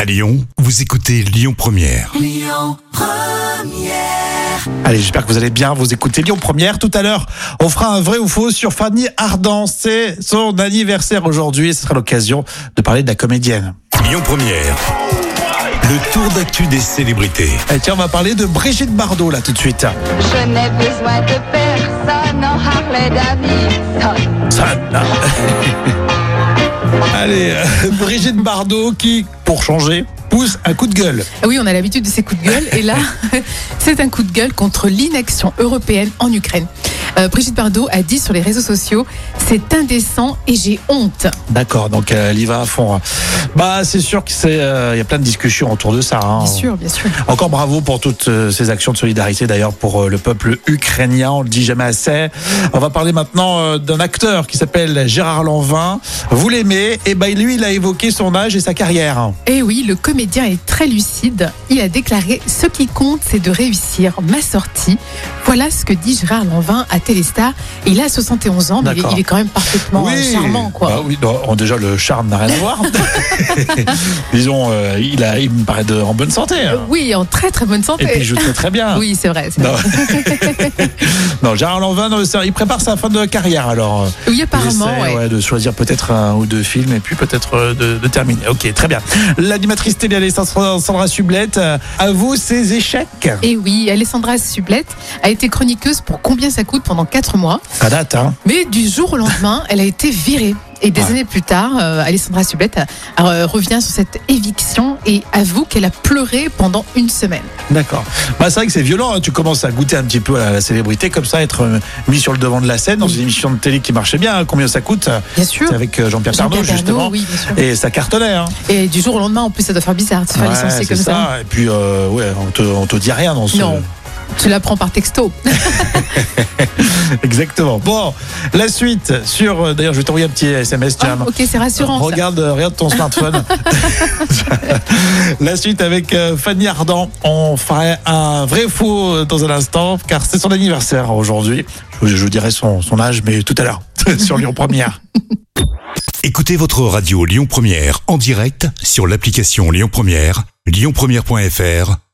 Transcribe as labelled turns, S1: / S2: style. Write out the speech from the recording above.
S1: À Lyon, vous écoutez Lyon Première.
S2: Allez, j'espère que vous allez bien. Vous écoutez Lyon Première. Tout à l'heure, on fera un vrai ou faux sur Fanny Ardant. C'est son anniversaire aujourd'hui. Ce sera l'occasion de parler de la comédienne.
S1: Lyon Première. Le tour d'actu des célébrités.
S2: Et Eh, tiens, on va parler de Brigitte Bardot là tout de suite.
S3: Je n'ai besoin de personne en Harley Davidson.
S2: Ça, là. allez, euh, Brigitte Bardot qui, pour changer, pousse un coup de gueule.
S4: Ah Oui, on a l'habitude de ces coups de gueule. Et là, c'est un coup de gueule contre l'inaction européenne en Ukraine. Euh, Brigitte Bardot a dit sur les réseaux sociaux C'est indécent et j'ai honte.
S2: D'accord, donc euh, elle y va à fond. Bah, c'est sûr que c'est, euh, il y a plein de discussions autour de ça. hein.
S4: Bien sûr, bien sûr.
S2: Encore bravo pour toutes euh, ces actions de solidarité d'ailleurs pour euh, le peuple ukrainien, on le dit jamais assez. On va parler maintenant euh, d'un acteur qui s'appelle Gérard Lanvin. Vous l'aimez Et ben lui, il a évoqué son âge et sa carrière.
S4: Et Eh oui, le comédien est très lucide. Il a déclaré Ce qui compte, c'est de réussir ma sortie. Voilà ce que dit Gérard Lanvin à Téléstar. Il a 71 ans, mais il est,
S2: D'accord.
S4: il est quand même parfaitement euh, charmant. Quoi.
S2: Bah oui, non, oh, déjà le charme n'a rien à voir. Disons, euh, il, a, il me paraît de- en bonne santé. hein.
S4: Oui, en très très bonne santé.
S2: Et puis il joue très très bien.
S4: Oui, c'est vrai. c'est
S2: Non.
S4: vrai.
S2: non, Gérard Lanvin, non, ça- il prépare sa fin de carrière alors. Il
S4: Oui,
S2: essaie,
S4: apparemment. ouais.
S2: ouais, de choisir peut-être un ou deux films et puis peut-être euh, de, de terminer. Ok, très bien. L'animatrice télé Alessandra Sandra Sublette, euh, à vous ses échecs.
S4: Et Eh oui, Alessandra Sublette a été chroniqueuse pour Combien ça coûte pendant 4 mois.
S2: Ça date, hein
S4: Mais du jour au lendemain, elle a été virée. Et des
S2: Ouais.
S4: années plus tard, euh, Alessandra Sublette a- a- revient sur cette éviction et avoue qu'elle a pleuré pendant une semaine.
S2: D'accord. Bah, c'est vrai que c'est violent, hein. tu commences à goûter un petit peu à la célébrité, comme ça, être euh, mis sur le devant de la scène dans une émission de télé qui marchait bien. hein. Combien ça coûte
S4: Bien sûr.
S2: C'est avec euh, Jean-Pierre
S4: Jean-Pierre
S2: Pernaut,
S4: Pernaut,
S2: justement.
S4: oui, bien sûr.
S2: Et ça cartonnait, hein.
S4: Et du jour au lendemain, en plus, ça doit faire bizarre de se faire
S2: Ouais,
S4: licencier
S2: c'est
S4: comme ça.
S2: Et puis, euh, ouais, on te, on te dit rien dans ce.
S4: Non. Tu la prends par texto.
S2: Exactement. Bon, la suite sur. euh, D'ailleurs, je vais t'envoyer un petit SMS, tiens.
S4: Ah, ok, c'est rassurant. ça.
S2: Regarde, euh, regarde ton smartphone. La suite avec euh, Fanny Ardant. On ferait un vrai faux euh, dans un instant, car c'est son anniversaire aujourd'hui. Je, vous- je vous dirai son, son âge, mais tout à l'heure, sur Lyon Première.
S1: Écoutez votre radio Lyon Première en direct sur l'application Lyon Première, lyonpremière.fr